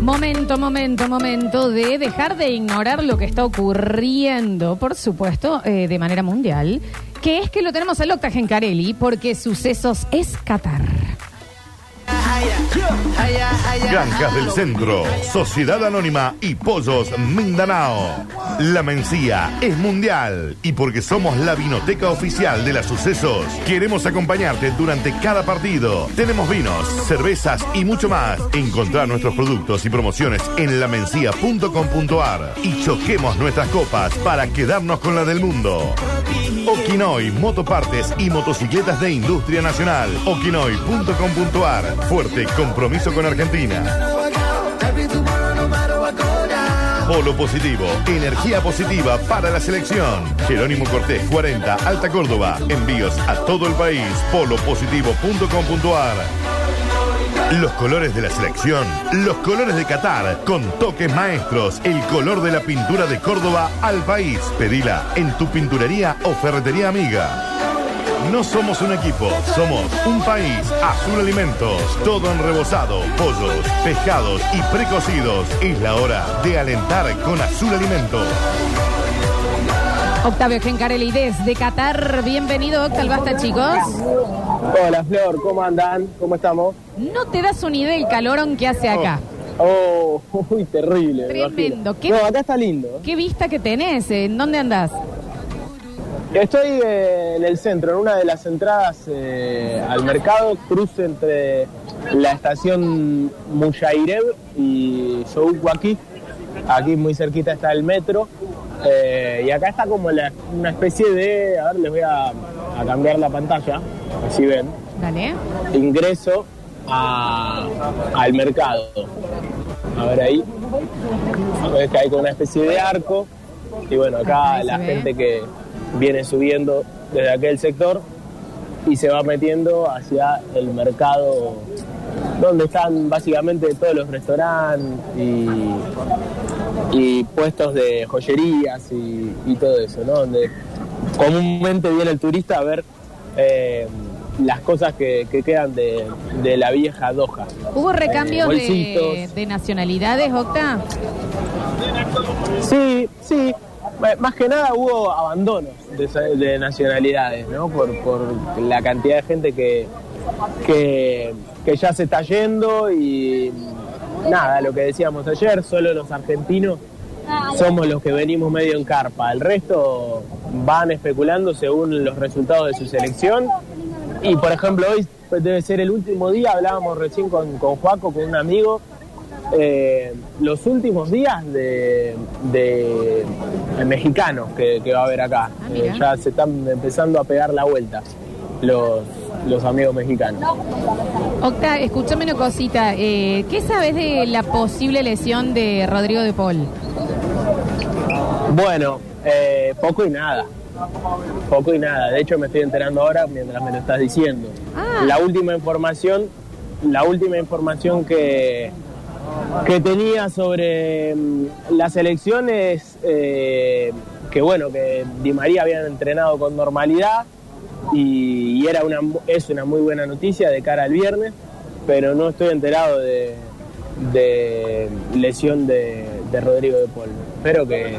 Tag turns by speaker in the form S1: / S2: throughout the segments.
S1: Momento, momento, momento de dejar de ignorar lo que está ocurriendo, por supuesto, eh, de manera mundial, que es que lo tenemos al Octa Gencarelli, porque sucesos es Qatar.
S2: Granjas del Centro, Sociedad Anónima y Pollos Mindanao. La Mencía es mundial y porque somos la vinoteca oficial de las sucesos, queremos acompañarte durante cada partido. Tenemos vinos, cervezas y mucho más. Encontrá nuestros productos y promociones en lamencia.com.ar y choquemos nuestras copas para quedarnos con la del mundo. Oquinoy, motopartes y motocicletas de industria nacional. Oquinoy.com.ar. Fuerte compromiso con Argentina. Polo positivo, energía positiva para la selección. Jerónimo Cortés 40, Alta Córdoba. Envíos a todo el país. Polopositivo.com.ar. Los colores de la selección, los colores de Qatar, con toques maestros, el color de la pintura de Córdoba al país. Pedila en tu pinturería o ferretería amiga. No somos un equipo, somos un país. Azul Alimentos, todo en rebozado, pollos, pescados y precocidos. Es la hora de alentar con Azul Alimentos.
S1: Octavio Gencarelli desde Qatar, bienvenido Octa al Basta, chicos.
S3: Hola Flor, ¿cómo andan? ¿Cómo estamos?
S1: No te das una idea del calorón que hace acá.
S3: Oh, uy, terrible. me
S1: Tremendo.
S3: imagino.
S1: ¿Qué-
S3: No, acá está lindo.
S1: Qué vista que tenés, ¿en dónde andás?
S3: Estoy eh, en el centro, en una de las entradas eh, al mercado, cruce entre la estación Mushairev y Soukwaki. Aquí muy cerquita está el metro. Eh, y acá está como la- una especie de. A ver, les voy a, a cambiar la pantalla, así ven.
S1: Dale.
S3: ingreso a- al mercado. A ver ahí. Ves que hay como una especie de arco. Y bueno, acá
S1: Ahí se
S3: la
S1: ve.
S3: gente que viene subiendo desde aquel sector y se va metiendo hacia el mercado donde están básicamente todos los restaurantes y, y puestos de joyerías y, y todo eso, ¿no? Donde comúnmente viene el turista a ver eh, las cosas que, que quedan de, de la vieja Doha.
S1: ¿Hubo recambio
S3: Eh,
S1: de,
S3: bolsitos.
S1: de nacionalidades, Octa?
S3: Sí, sí. Eh, Más que nada hubo abandonos de, esa- de nacionalidades, ¿no? Por, por la cantidad de gente que, que, que ya se está yendo y nada, lo que decíamos ayer, solo los argentinos somos los que venimos medio en carpa. El resto van especulando según los resultados de su selección. Y por ejemplo, hoy pues, debe ser el último día, hablábamos recién con, con Juaco, con un amigo, eh, los últimos días de, de- de mexicanos que, que va a haber acá.
S1: Ah, mirá.
S3: Eh, ya se están empezando a pegar la vuelta los, los amigos mexicanos.
S1: Octa, escúchame una cosita. eh, ¿Qué sabes de la posible lesión de Rodrigo de Paul?
S3: Bueno, eh, poco y nada. Poco y nada. De hecho, me estoy enterando ahora mientras me lo estás diciendo.
S1: Ah.
S3: La última información, la última información que, que tenía sobre mm, las elecciones, eh, que bueno, que Di María habían entrenado con normalidad y, y era una, mu- es una muy buena noticia de cara al viernes, pero no estoy enterado de, de lesión de, de Rodrigo de Paul. Espero que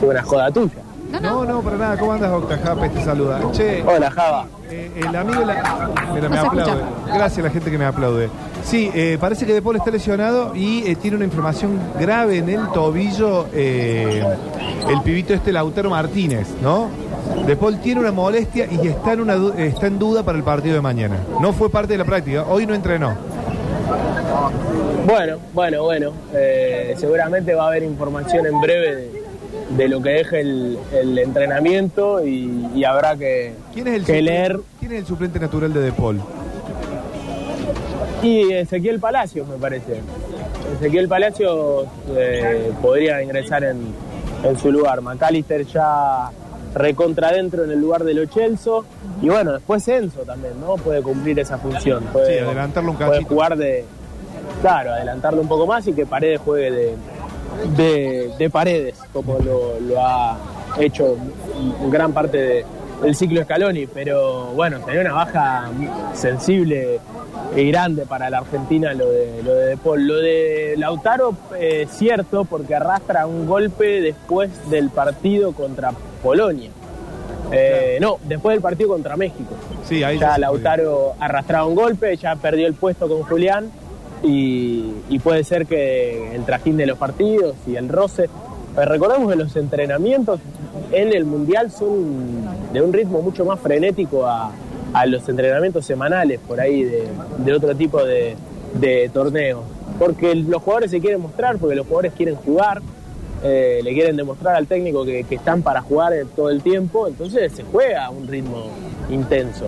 S3: sea una joda tuya.
S1: No, no.
S4: No, no, para nada. ¿Cómo andas, Octa? Japes te saluda. Che,
S3: Hola, Java.
S4: eh, el amigo... La... Mira,
S1: No
S4: me
S1: se
S4: aplaude.
S1: escucha.
S4: Gracias a la gente que me aplaude. Sí, eh, parece que De Paul está lesionado y eh, tiene una inflamación grave en el tobillo eh, el pibito este Lautaro Martínez, ¿no? De Paul tiene una molestia y está en, una du- eh, está en duda para el partido de mañana. No fue parte de la práctica. Hoy no entrenó.
S3: Bueno, bueno, bueno. Eh, seguramente va a haber información en breve de, de lo que deje el, el entrenamiento y, y habrá que,
S4: ¿Quién es el,
S3: que
S4: suplente-
S3: leer.
S4: ¿Quién es el suplente natural de De Paul?
S3: Y Ezequiel Palacios, me parece. Ezequiel Palacios eh, podría ingresar en, en su lugar. McAllister ya recontra adentro en el lugar de Lo Celso. Y bueno, después Enzo también, ¿no? Puede cumplir esa función. Puede,
S4: Sí, adelantarlo un
S3: Puede
S4: cachito.
S3: jugar de. Claro, adelantarlo un poco más y que Paredes juegue de, de, de Paredes, como lo, lo ha hecho gran parte de, el ciclo Scaloni, pero bueno, sería una baja sensible y grande para la Argentina lo de, lo de, de Paul. Lo de Lautaro eh, es cierto porque arrastra un golpe después del partido contra Polonia. Eh, no, después del partido contra México.
S4: Sí, ahí
S3: ya
S4: se
S3: Lautaro arrastraba un golpe, ya perdió el puesto con Julián y, y puede ser que el trajín de los partidos y el roce. Pero recordemos que los entrenamientos en el Mundial son de un ritmo mucho más frenético a, a los entrenamientos semanales por ahí de, de otro tipo de, de torneos. Porque el- los jugadores se quieren mostrar, porque los jugadores quieren jugar, eh, le quieren demostrar al técnico que, que están para jugar eh, todo el tiempo, entonces se juega a un ritmo intenso.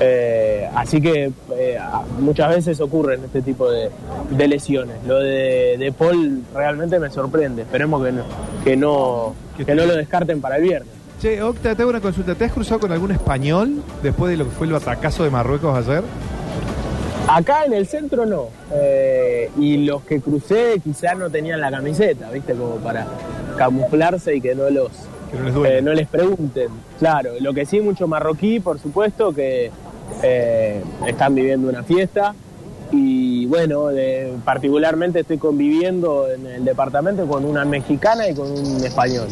S3: Eh, así que eh, a- muchas veces ocurren este tipo de, de lesiones. Lo de, de Paul realmente me sorprende. Esperemos que no, que no, que no lo descarten para el viernes.
S4: Che, Octa, te hago una consulta. ¿Te has cruzado con algún español después de lo que fue el batacazo de Marruecos ayer?
S3: Acá en el centro no. Eh, y los que crucé quizás no tenían la camiseta, ¿viste? Como para camuflarse y que no los
S4: Que no les duele.
S3: eh, no les pregunten. Claro, lo que sí, mucho marroquí, por supuesto, que eh, están viviendo una fiesta. Y bueno, de- particularmente estoy conviviendo en el departamento con una mexicana y con un español.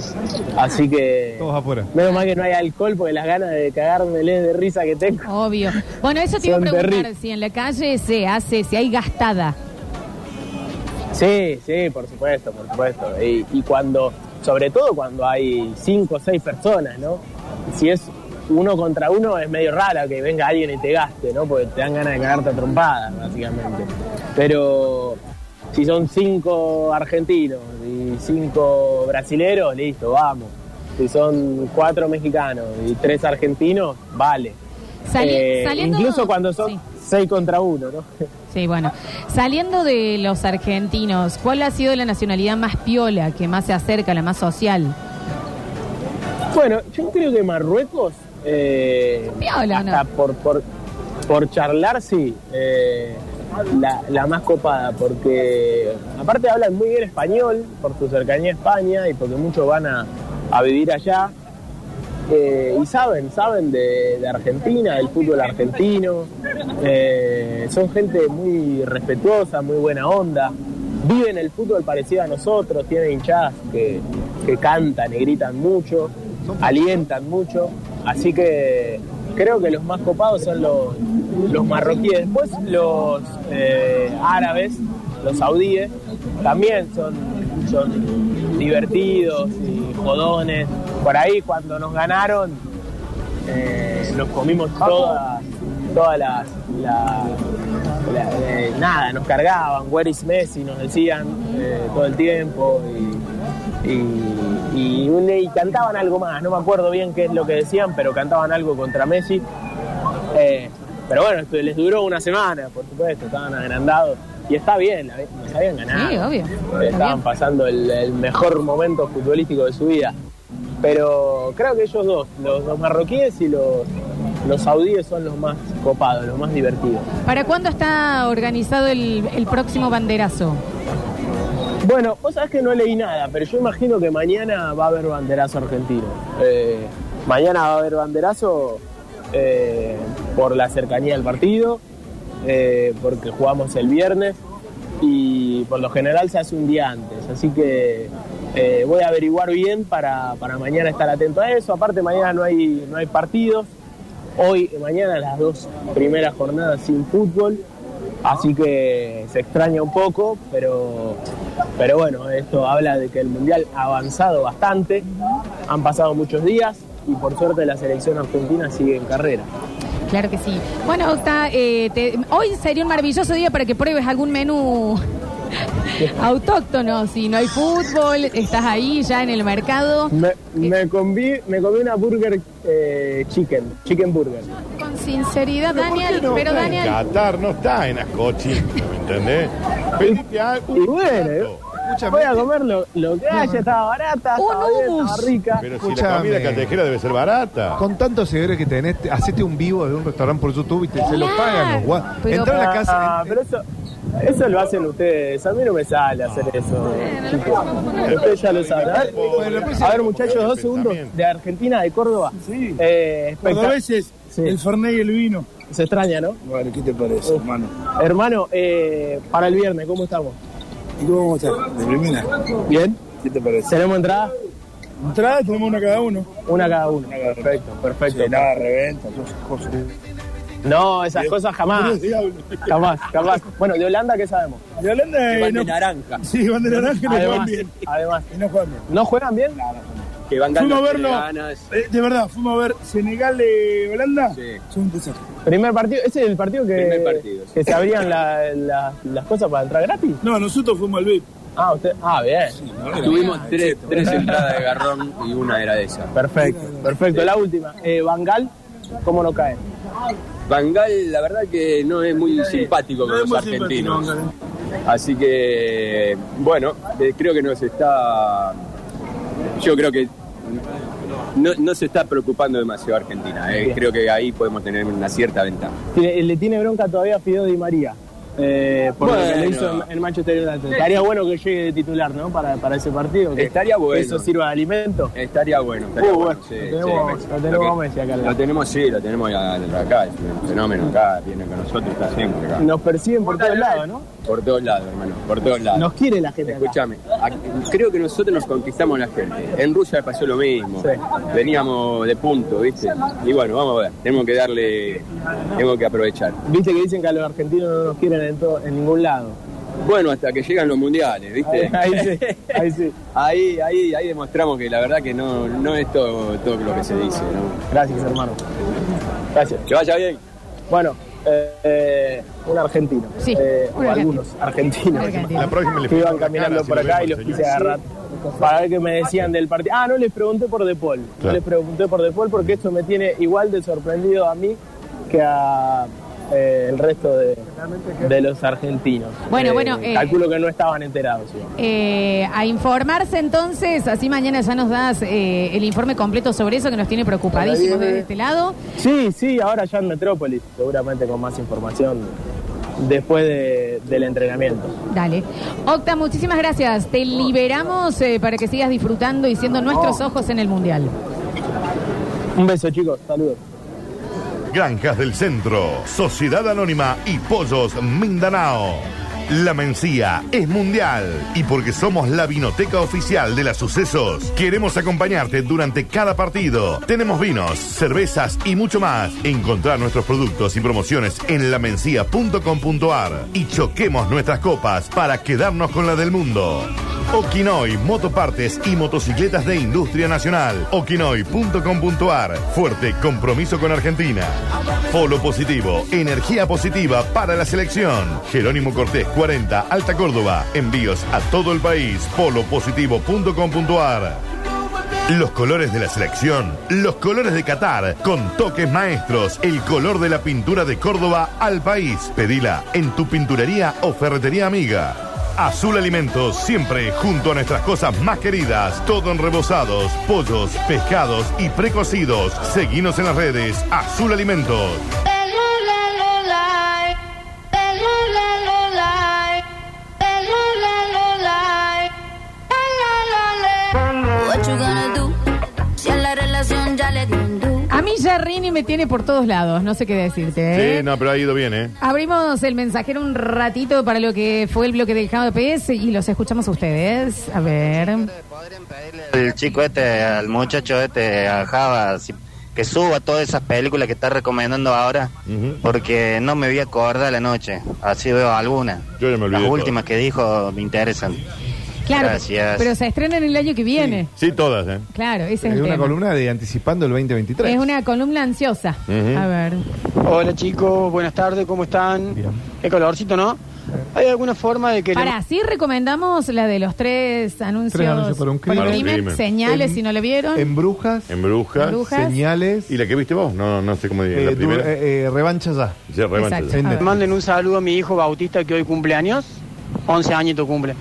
S3: Así que.
S4: Todos afuera.
S3: Menos mal que no hay alcohol porque las ganas de cagármeles de risa que tengo.
S1: Obvio. Bueno, eso te iba a
S3: Son
S1: preguntar
S3: terribles.
S1: si en la calle se hace, si hay gastada.
S3: Sí, sí, por supuesto, por supuesto. Y, y cuando, sobre todo cuando hay cinco o seis personas, ¿no? Si es uno contra uno es medio raro que venga alguien y te gaste, ¿no? Porque te dan ganas de cagarte a trompadas, básicamente. Pero si son cinco argentinos y cinco brasileros, listo, vamos. Si son cuatro mexicanos y tres argentinos, vale.
S1: Sali-
S3: Eh,
S1: saliendo-
S3: incluso cuando son
S1: Sí.
S3: seis contra uno, ¿no?
S1: Sí, bueno. Saliendo de los argentinos, ¿cuál ha sido la nacionalidad más piola, que más se acerca, la más social?
S3: Bueno, yo creo que Marruecos, eh,
S1: Piola, ¿no?
S3: hasta por, por, por charlar, sí, eh, la, la más copada, porque aparte hablan muy bien español, por su cercanía a España y porque muchos van a, a vivir allá, eh, y saben, saben de, de Argentina, del fútbol argentino, eh, son gente muy respetuosa, muy buena onda, viven el fútbol parecido a nosotros, tienen hinchadas que, que cantan y gritan mucho, alientan mucho, así que creo que los más copados son los, los marroquíes, después los eh, árabes, los saudíes, también son, son divertidos y jodones. Por ahí cuando nos ganaron eh, nos comimos todas, todas las, la- la- eh, nada, nos cargaban, where is Messi, nos decían eh, todo el tiempo y, y- y un- y cantaban algo más, no me acuerdo bien qué es lo que decían, pero cantaban algo contra Messi. Eh, pero bueno, esto les duró una semana, por supuesto, estaban agrandados. Y está bien, la- nos habían ganado.
S1: Sí, obvio. Está
S3: Estaban
S1: bien.
S3: pasando el, el mejor momento futbolístico de su vida. Pero creo que ellos dos, los, los marroquíes y los, los saudíes, son los más copados, los más divertidos.
S1: ¿Para cuándo está organizado el, el próximo banderazo?
S3: Bueno, vos sabés que no leí nada, pero yo imagino que mañana va a haber banderazo argentino. Eh, mañana va a haber banderazo eh, por la cercanía del partido, eh, porque jugamos el viernes y por lo general se hace un día antes. Así que eh, voy a averiguar bien para, para mañana estar atento a eso. Aparte, mañana no hay, no hay partidos. Hoy y mañana las dos primeras jornadas sin fútbol, así que se extraña un poco, pero, pero bueno, esto habla de que el Mundial ha avanzado bastante, han pasado muchos días y por suerte la selección argentina sigue en carrera.
S1: Claro que sí. Bueno, Octa, eh, te- hoy sería un maravilloso día para que pruebes algún menú autóctono. Si no hay fútbol, estás ahí ya en el mercado.
S3: Me, me, comí, me comí una burger eh, chicken, chicken burger.
S1: Con sinceridad, Daniel,
S2: No
S1: pero
S2: está
S1: Daniel...
S2: En Qatar no está en Ascochi, ¿me entendés? Pedite algo.
S3: Y bueno, ¿eh?
S4: Escúchame.
S3: voy a comer lo, lo que haya, estaba barata,
S1: Un
S3: estaba, bien,
S1: hummus.
S3: estaba rica.
S2: Pero si la
S4: Escúchame.
S2: comida callejera debe ser barata.
S4: Con tantos seguidores que tenés, te- hacete un vivo de un restaurante por YouTube y te, se lo
S1: Claro.
S4: pagan los guas.
S1: Pero-
S4: Entra a la
S3: Ah,
S4: casa. ¿eh? en-
S3: pero eso, Eso lo hacen ustedes, a mí no me sale hacer
S5: Ah.
S3: eso. chicos. Ustedes ya lo saben. A ver,
S4: Bueno,
S3: a ver, muchachos, dos segundos. De Argentina, de Córdoba. Eh, espectac-
S5: Cuando a veces
S3: Sí.
S5: el Fernet y el vino.
S3: Se extraña, ¿no?
S5: Bueno, ¿qué te parece, hermano?
S3: Hermano, eh, para el viernes, ¿cómo estamos?
S5: ¿Y cómo vamos a estar? ¿De primera?
S3: ¿Bien?
S5: ¿Qué te parece?
S3: ¿Tenemos entrada?
S5: Entrada, tenemos una cada uno.
S3: Una cada uno.
S5: Perfecto, perfecto. nada, reventa, todas esas cosas.
S3: No, esas cosas
S5: Ah.
S3: jamás. Jamás, jamás. Bueno, de Holanda, ¿qué sabemos?
S5: De Holanda eh,
S6: Van
S5: no.
S6: de naranja.
S5: Sí, van de naranja y no juegan
S3: Además,
S5: bien.
S3: además.
S5: Y no juegan bien.
S3: ¿No juegan bien?
S6: Que
S5: Fuimos a
S6: van ganando
S5: verlo.
S6: tres ganas.
S5: Eh, de verdad, fuimos a ver Senegal-Holanda.
S6: Sí.
S3: Este,
S5: Es un desastre.
S3: Primer partido, ese es el partido que,
S6: Primer partido, sí.
S3: que se abrían la- la- las cosas para entrar gratis.
S5: No, nosotros fuimos al VIP.
S3: Ah, usted, ah, bien.
S6: Tuvimos tres, tres entradas de garrón y una era de esa.
S3: Perfecto, perfecto. La última, eh, Bangal, ¿cómo no cae?
S6: Bangal, la verdad que no es muy simpático con
S5: No es
S6: los
S5: muy
S6: argentinos.
S5: simpático,
S6: Así que, bueno, eh, creo que nos está. Yo creo que. No, no se está preocupando demasiado Argentina. eh.
S3: Bien.
S6: Creo que ahí podemos tener una cierta ventaja.
S3: Tiene- le tiene bronca todavía a Fideo Di María. eh, por lo que
S6: Bueno.
S3: le hizo en, en Manchester United. Estaría bueno que llegue de titular, ¿no? Para, para ese partido. que
S6: Estaría bueno.
S3: Eso sirva de alimento.
S6: Estaría bueno. Estaría
S3: Uh, bueno,
S6: bueno. sí,
S3: lo
S6: sí,
S3: tenemos-
S6: Messi.
S3: lo tenemos
S6: que-
S3: a Messi acá al lado.
S6: Lo tenemos, sí, lo tenemos acá, acá, es un fenómeno acá, viene con nosotros, está siempre acá.
S3: Nos persiguen por todos lados, ¿no?
S6: Por todos lados, hermano, por todos lados.
S3: Nos quiere la gente. acá.
S6: Escúchame, a- creo que nosotros nos conquistamos la gente. En Rusia pasó lo mismo.
S3: Sí.
S6: Veníamos de punto, ¿viste? Y bueno, vamos a ver. Tenemos que darle, tenemos que aprovechar.
S3: Viste que dicen que a los argentinos no nos quieren en, todo- en ningún lado.
S6: Bueno, hasta que llegan los mundiales, ¿viste?
S3: Ahí sí, ahí sí.
S6: Ahí, ahí, ahí demostramos que la verdad que no, no es todo, todo lo que se dice. ¿no?
S3: Gracias, hermano. Gracias.
S6: Que vaya bien.
S3: Bueno, eh, eh, un argentino.
S1: Sí,
S3: Eh,
S1: un
S3: o
S1: argentino.
S3: algunos argentinos.
S1: Argentino.
S2: La próxima le
S3: que iban
S2: pinto la
S3: caminando
S2: cara,
S3: por
S2: si lo
S3: acá y
S2: vemos,
S3: los quise
S2: señor.
S3: agarrar para ver qué me decían del partido. Ah, no les pregunté por De Paul. No
S2: Claro.
S3: les pregunté por De Paul porque esto me tiene igual de sorprendido a mí que a eh, el resto de, de los argentinos.
S1: Bueno,
S3: Eh,
S1: bueno, eh,
S3: calculo que no estaban enterados. igual.
S1: Eh, a informarse entonces, así mañana ya nos das eh, el informe completo sobre eso que nos tiene preocupadísimos desde este lado.
S3: Sí, sí, ahora ya en Metrópolis, seguramente con más información después de- del entrenamiento.
S1: Dale. Octa, muchísimas gracias. Te liberamos eh, para que sigas disfrutando y siendo nuestros ojos en el Mundial.
S3: Un beso, chicos. Saludos.
S2: Granjas del Centro, Sociedad Anónima y Pollos Mindanao. La Mencía es mundial y porque somos la vinoteca oficial de las sucesos, queremos acompañarte durante cada partido. Tenemos vinos, cervezas y mucho más. Encontrá nuestros productos y promociones en lamencia.com.ar y choquemos nuestras copas para quedarnos con la del mundo. Okinoy, motopartes y motocicletas de industria nacional. Okinoy.com.ar, fuerte compromiso con Argentina. Polo positivo, energía positiva para la selección. Jerónimo Cortés 40, Alta Córdoba. Envíos a todo el país. Polopositivo.com.ar. Los colores de la selección, los colores de Qatar, con toques maestros, el color de la pintura de Córdoba al país. Pedila en tu pinturería o ferretería amiga. Azul Alimentos, siempre junto a nuestras cosas más queridas, todo en rebozados, pollos, pescados y precocidos. Seguinos en las redes, Azul Alimentos.
S7: What you gonna do? Si a la relación ya le condú.
S1: A mí ya Rini me tiene por todos lados, no sé qué decirte. ¿eh?
S2: Sí, no, pero ha ido bien, ¿eh?
S1: Abrimos el mensajero un ratito para lo que fue el bloque del JPS y los escuchamos a ustedes. A ver.
S8: El chico este, al muchacho este, a Java, si- que suba todas esas películas que está recomendando ahora, porque no me voy a acordar la noche. Así veo algunas.
S2: Yo ya me olvidé
S8: Las
S2: de
S8: últimas que dijo me interesan.
S1: Claro,
S8: Gracias.
S1: pero se estrenan el año que viene.
S2: Sí, todas, ¿eh?
S1: Claro, ese es
S4: Es
S1: el
S4: una
S1: tema.
S4: columna de anticipando el 2023.
S1: Es una columna ansiosa.
S2: Ujú.
S1: A ver.
S9: Hola chicos, buenas tardes, ¿cómo están?
S4: Bien.
S9: Qué colorcito, ¿no? ¿Hay alguna forma de que... le-
S1: Para, sí recomendamos la de los tres anuncios,
S4: Tres anuncios por un crimen.
S2: Para un crimen.
S1: señales
S4: En-
S1: si no lo vieron.
S4: En brujas,
S2: En Brujas.
S1: Brujas.
S4: señales,
S2: ¿Y la que viste vos? No, no sé cómo
S4: eh,
S2: dije. La
S4: du-
S2: primera.
S4: eh, eh, revancha ya.
S2: Sí, revancha.
S1: Exacto.
S4: En-
S1: A ver.
S9: Manden un saludo a mi hijo Bautista que hoy cumple años, 11 añitos cumple.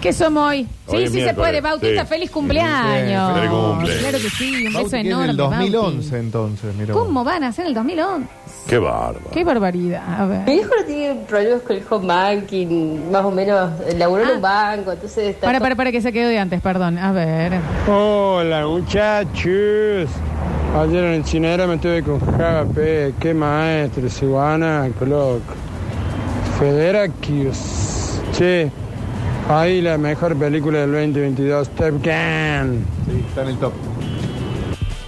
S1: ¿Qué somos hoy? Sí,
S2: Hoy es
S1: sí se
S2: miércoles,
S1: puede. Bautista,
S2: sí.
S1: feliz cumpleaños.
S2: Sí, feliz cumple.
S1: Claro que sí, un
S4: Bauti,
S1: beso
S4: que es
S1: enorme.
S4: del 2011
S1: Bauti.
S4: entonces, mira. vos.
S1: ¿Cómo van a ser el 2011?
S2: Qué bárbaro.
S1: Qué barbaridad. A ver.
S7: Mi hijo no tiene problemas con el home banking, más o menos laburó en
S1: Ah.
S7: un banco, entonces está
S1: Para, para, para que se quedó de antes, perdón. A ver.
S3: Hola muchachos. Ayer en el chinera me estuve con JP. Qué maestro, Subana, qué loco. Federakius. Che, ahí la mejor película del 2022, Top Gun.
S4: Sí, está en el top.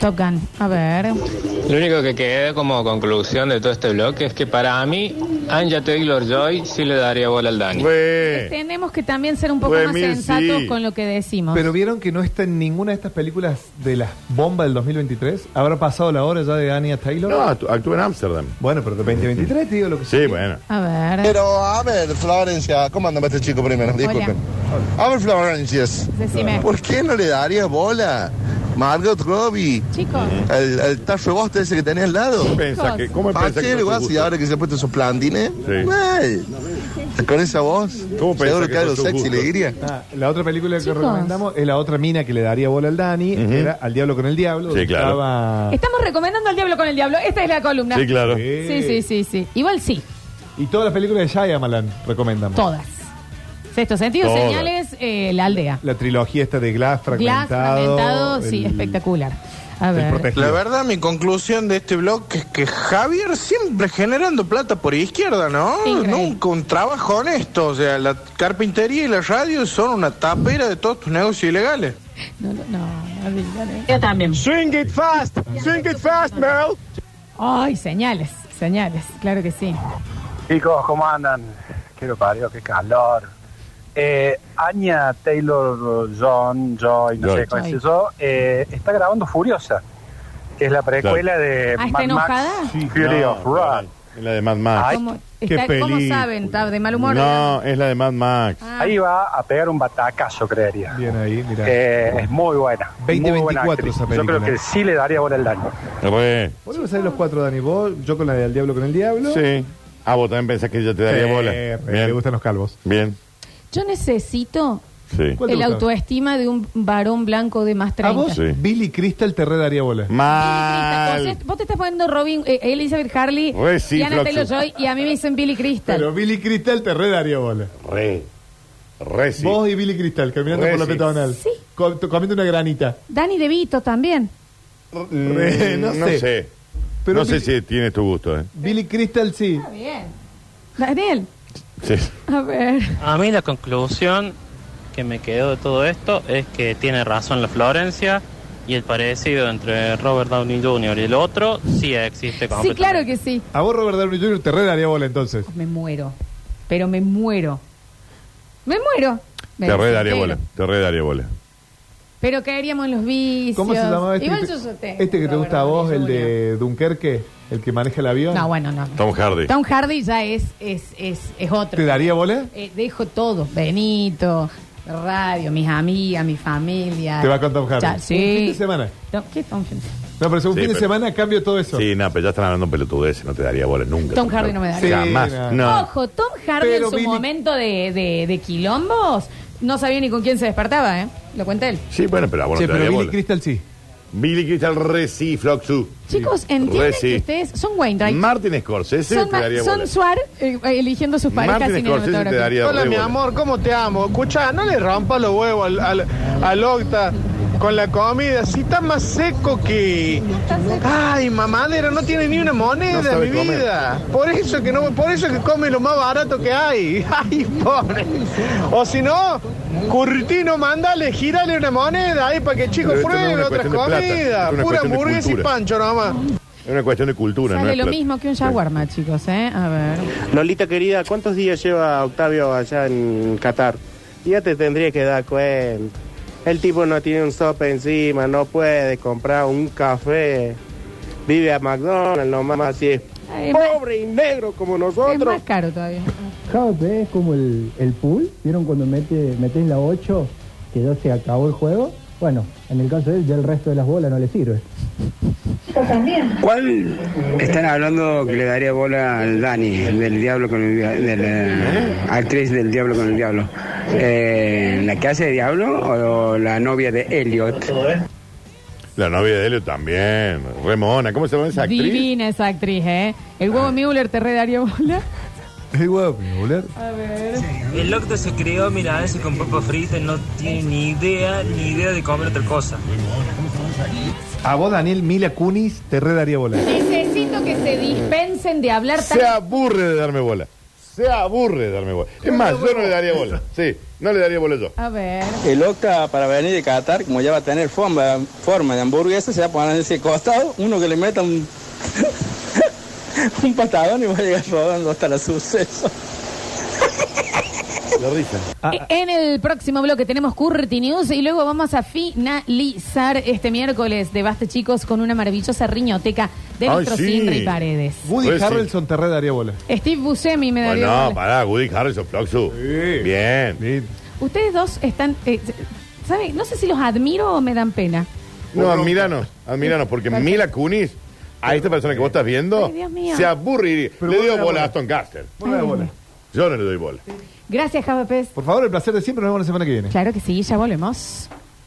S1: Top Gun. A ver.
S6: Lo único que queda como conclusión de todo este bloque es que para mí, Anja Taylor Joy sí le daría bola al Dani.
S2: Güey.
S1: Tenemos que también ser un poco
S2: Güey,
S1: más
S2: mil,
S1: sensatos
S2: Pues, sí.
S1: con lo que decimos.
S4: Pero vieron que no está en ninguna de estas películas de las bombas del 2023. ¿Habrá pasado la hora ya de Anya Taylor?
S2: No, actu- actúa en Ámsterdam.
S4: Bueno, pero de 2023 te digo lo que
S2: Sí, bueno.
S1: A ver.
S6: Pero a ver, Florencia, ¿cómo andaba este chico primero?
S1: Hola.
S6: A ver, Florencia,
S1: Decime.
S6: ¿por qué no le darías bola? Margot Robbie,
S1: Chicos.
S6: el, el tacho de bosta ese que tenía al lado.
S2: Pensá que, ¿Cómo pensás que
S6: Pachero,
S2: no te
S6: guasi,
S2: gusta?
S6: ahora que se ha puesto esos plantines.
S2: Sí.
S6: Mal. Con esa voz.
S2: ¿Cómo pensás
S6: Seguro
S2: que
S6: que algo
S2: son sus
S6: sexy le
S2: gustos?
S6: diría.
S4: Ah, la otra película que
S1: Chicos.
S4: recomendamos es la otra mina que le daría bola al Dani,
S2: Ujú.
S4: era Al Diablo con el Diablo.
S2: Sí,
S4: donde
S2: claro.
S4: estaba-
S1: Estamos recomendando al diablo con el diablo. Esta es la columna.
S2: Sí, claro.
S4: Sí.
S1: Sí, sí, sí, sí. Igual sí,
S4: Y todas las películas de Shyamalan recomendamos.
S1: todas. Sexto sentido,
S2: Todas.
S1: señales, eh, la aldea.
S4: La trilogía esta de Glass
S1: Glass,
S4: fragmentado.
S1: fragmentado, sí,
S4: el-
S1: espectacular. A
S4: el
S1: ver.
S4: protegido.
S6: verdad, mi conclusión de este blog es que Javier siempre generando plata por izquierda, ¿no?
S1: Increíble.
S6: Nunca un trabajo honesto. O sea, la carpintería y la radio son una tapera de todos tus negocios ilegales.
S1: No, no, no, no digan, eh.
S7: Yo también.
S3: Swing it fast, swing it fast, Mel.
S1: Ay, señales, señales, claro que sí.
S10: Chicos, ¿cómo andan? Quiero parió, qué calor. Eh, Anya Taylor John, Joy, no
S2: Joy.
S10: sé cómo es
S1: Joy.
S10: eso, eh, está grabando Furiosa, que es la precuela de
S1: Ah, ¿está
S10: Mad
S1: enojada?
S10: Max
S2: Sí,
S10: Fury
S2: no,
S10: of Road.
S2: Es la de Mad Max.
S1: ¿Cómo,
S2: qué
S1: está- ¿cómo
S2: película.
S1: saben? ¿Está de mal humor?
S2: No, es la de Mad Max.
S1: Ah,
S10: Ahí va a pegar un batacazo, creería.
S4: Bien ahí, mira.
S10: Eh, es muy buena. muy buena
S4: 2024
S10: actriz.
S4: esa
S10: Yo
S4: película.
S10: creo que sí le daría buena el daño.
S2: Re.
S4: Volvemos a salir los cuatro, Dani. Vos, yo con la de Al Diablo con el Diablo.
S2: Sí. Ah, vos también pensás que yo te daría
S4: Eh,
S2: bola.
S4: eh, Le
S2: Bien.
S4: gustan los calvos.
S2: Bien.
S1: Yo necesito
S2: Sí.
S4: ¿Cuál te
S1: el
S4: gusta?
S1: autoestima de un varón blanco de más
S4: A
S1: 30.
S4: vos,
S2: Sí. Mm.
S4: Billy Crystal te re daría bola.
S1: Billy
S2: Mal.
S1: Crystal, Vos te estás poniendo Robin, eh, Elizabeth Harley,
S2: Pues sí,
S1: Diana
S2: Floxu.
S1: Taylor Joy y a mí me dicen Billy Crystal.
S4: Pero Billy Crystal te re daría bola.
S2: Re. Re sí.
S4: Vos y Billy Crystal caminando
S2: Re,
S4: por la
S2: sí.
S4: peatonal.
S1: Sí.
S4: Co- to- comiendo una granita.
S1: Dani DeVito también.
S2: Mm,
S4: Re, no
S2: no,
S4: sé.
S2: sé.
S4: Pero
S2: no sé
S4: Billy-
S2: si tienes tu gusto, ¿eh?
S4: Billy Crystal sí.
S1: Está bien. Daniel,
S2: Sí.
S1: a ver.
S6: A mí la conclusión que me quedó de todo esto es que tiene razón la Florencia y el parecido entre Robert Downey Jr. y el otro sí existe.
S1: Sí, claro que sí.
S4: A vos, Robert Downey Jr., te re daría bola entonces.
S1: Me muero. Pero me muero. Me muero. Me
S2: Te re daría
S1: desespero.
S2: bola. Te re daría bola.
S1: Pero caeríamos en los vicios.
S4: ¿Cómo se llamaba este?
S1: Igual
S4: que te-
S1: yo soy-
S4: este que te gusta a vos, el
S1: Robert Downey
S4: de Dunkerque, el que maneja el avión.
S1: Jr. No, bueno, no.
S2: Tom Hardy.
S1: Tom Hardy ya es, es, es, es otro.
S4: ¿Te daría bola?
S1: Eh, dejo todo, Benito, radio, mis amigas, mi familia.
S4: Te va con Tom Hardy.
S1: Ya,
S4: Un
S1: sí.
S4: fin de semana.
S1: Tom- ¿Qué Tom Hardy?
S4: No, pero es un
S2: Sí,
S4: fin de
S2: pero-
S4: semana cambio todo eso.
S2: Sí, no, pero ya están hablando pelotudeces, no te daría bola nunca.
S1: Tom Hardy no me daría.
S2: Jamás.
S4: Sí,
S2: no.
S4: no.
S1: Ojo, Tom Hardy
S4: Pero
S1: en su
S4: Billy-
S1: momento de, de, de quilombos no sabía ni con quién se despertaba, ¿eh? Lo cuenta él.
S2: Sí, bueno, pero a vos
S4: Che,
S2: no te
S4: pero
S2: daría
S4: Billy
S2: bola.
S4: Crystal sí.
S2: Billy Crystal re sí, Floxu.
S1: Chicos, entienden
S2: Re sí.
S1: que ustedes son Wainwright.
S2: Martin Scorsese
S1: son
S2: te daría
S1: son
S2: bola.
S1: Suar eh, eligiendo sus parejas
S2: Martin Scorsese te
S1: cinematográficas.
S2: daría
S3: Hola,
S2: re
S3: mi
S2: bola.
S3: amor, ¿cómo te amo? Escucha, no le rompa los huevos al, al, al Octa con la comida. Si está más seco que. Ay, mamadera, no tiene ni una moneda
S2: No sabe
S3: mi
S2: comer.
S3: vida. Por eso que no, por eso que come lo más barato que hay. Ay, pobre. O si no, Curtino, mandale, girale una moneda ahí para que chicos
S2: Pero esto no es
S3: prueben
S2: una
S3: otras
S2: cuestión de plata,
S3: comidas.
S2: es una
S3: Pura
S2: cuestión de
S3: hamburguesa y
S2: cultura.
S3: pancho nomás.
S2: Es una cuestión de cultura, ¿no?
S1: Sale
S2: es
S1: lo
S2: plata.
S1: mismo que un shawarma, chicos, ¿eh? A ver.
S3: Lolita querida, ¿cuántos días lleva Octavio allá en Qatar? Ya te tendría que dar cuenta. El tipo no tiene un sope encima, no puede comprar un café. Vive a McDonald's, nomás así es.
S1: Ay, es más-
S3: Pobre y negro como
S1: Es Eh, más
S3: nosotros.
S1: caro todavía.
S10: Javi es como el, el pool, ¿vieron cuando mete, metes la 8 que ya se acabó el juego? Bueno, en el caso de él ya el resto de las bolas no le sirve.
S3: ¿Cuál están hablando que le daría
S2: ¿Eh?
S3: bola al Dani, del diablo con el del, actriz del diablo con el diablo?
S8: eh, la que hace de Diablo o la novia de Elliot.
S2: La novia de Helio también. Remona, ¿cómo se llama esa actriz? Ah.
S1: Divina esa actriz, ¿eh? El huevo Müller te redaría bola.
S4: El huevo Müller.
S1: A ver.
S3: El Octa se creó milanesa con papa frita y no tiene ni idea, ni idea de comer otra cosa.
S4: A vos, Daniel, Mila Kunis, te redaría bola.
S1: Necesito que se dispensen de hablar
S2: Se
S1: tan...
S2: aburre de darme bola. Se aburre de darme bola. Es más, yo no le daría bola. Sí, no le daría bola yo.
S1: A ver.
S6: El Octa para venir de Qatar, como ya va a tener forma, forma de hamburguesa, se va a poner en ese costado, uno que le meta un, un patadón y va a llegar rodando hasta la suceso.
S2: La risa.
S1: Eh, En el próximo bloque tenemos Curti News y luego vamos a finalizar este miércoles de Basta Chicos con una maravillosa riñoteca de
S2: Ay,
S1: nuestro
S2: sí.
S1: Sindra y Paredes.
S4: Woody
S2: Pues sí.
S4: Harrelson te redaría bola.
S1: Steve Buscemi me daría
S2: Bueno,
S1: bola.
S2: pará, Woody Harrison, Floxu. Bien.
S1: Ustedes dos están... eh, ¿saben? No sé si los admiro o me dan pena.
S2: No, admiranos, admiranos, porque Mila Kunis, a esta persona que vos estás viendo,
S1: Ay, Dios mío.
S2: se aburre y le dio bola a Aston Caster.
S1: Ay,
S2: Yo no le doy bola.
S1: Gracias, Java Pez.
S4: Por favor, el placer de siempre. Nos vemos la semana que viene.
S1: Claro que sí, ya volvemos.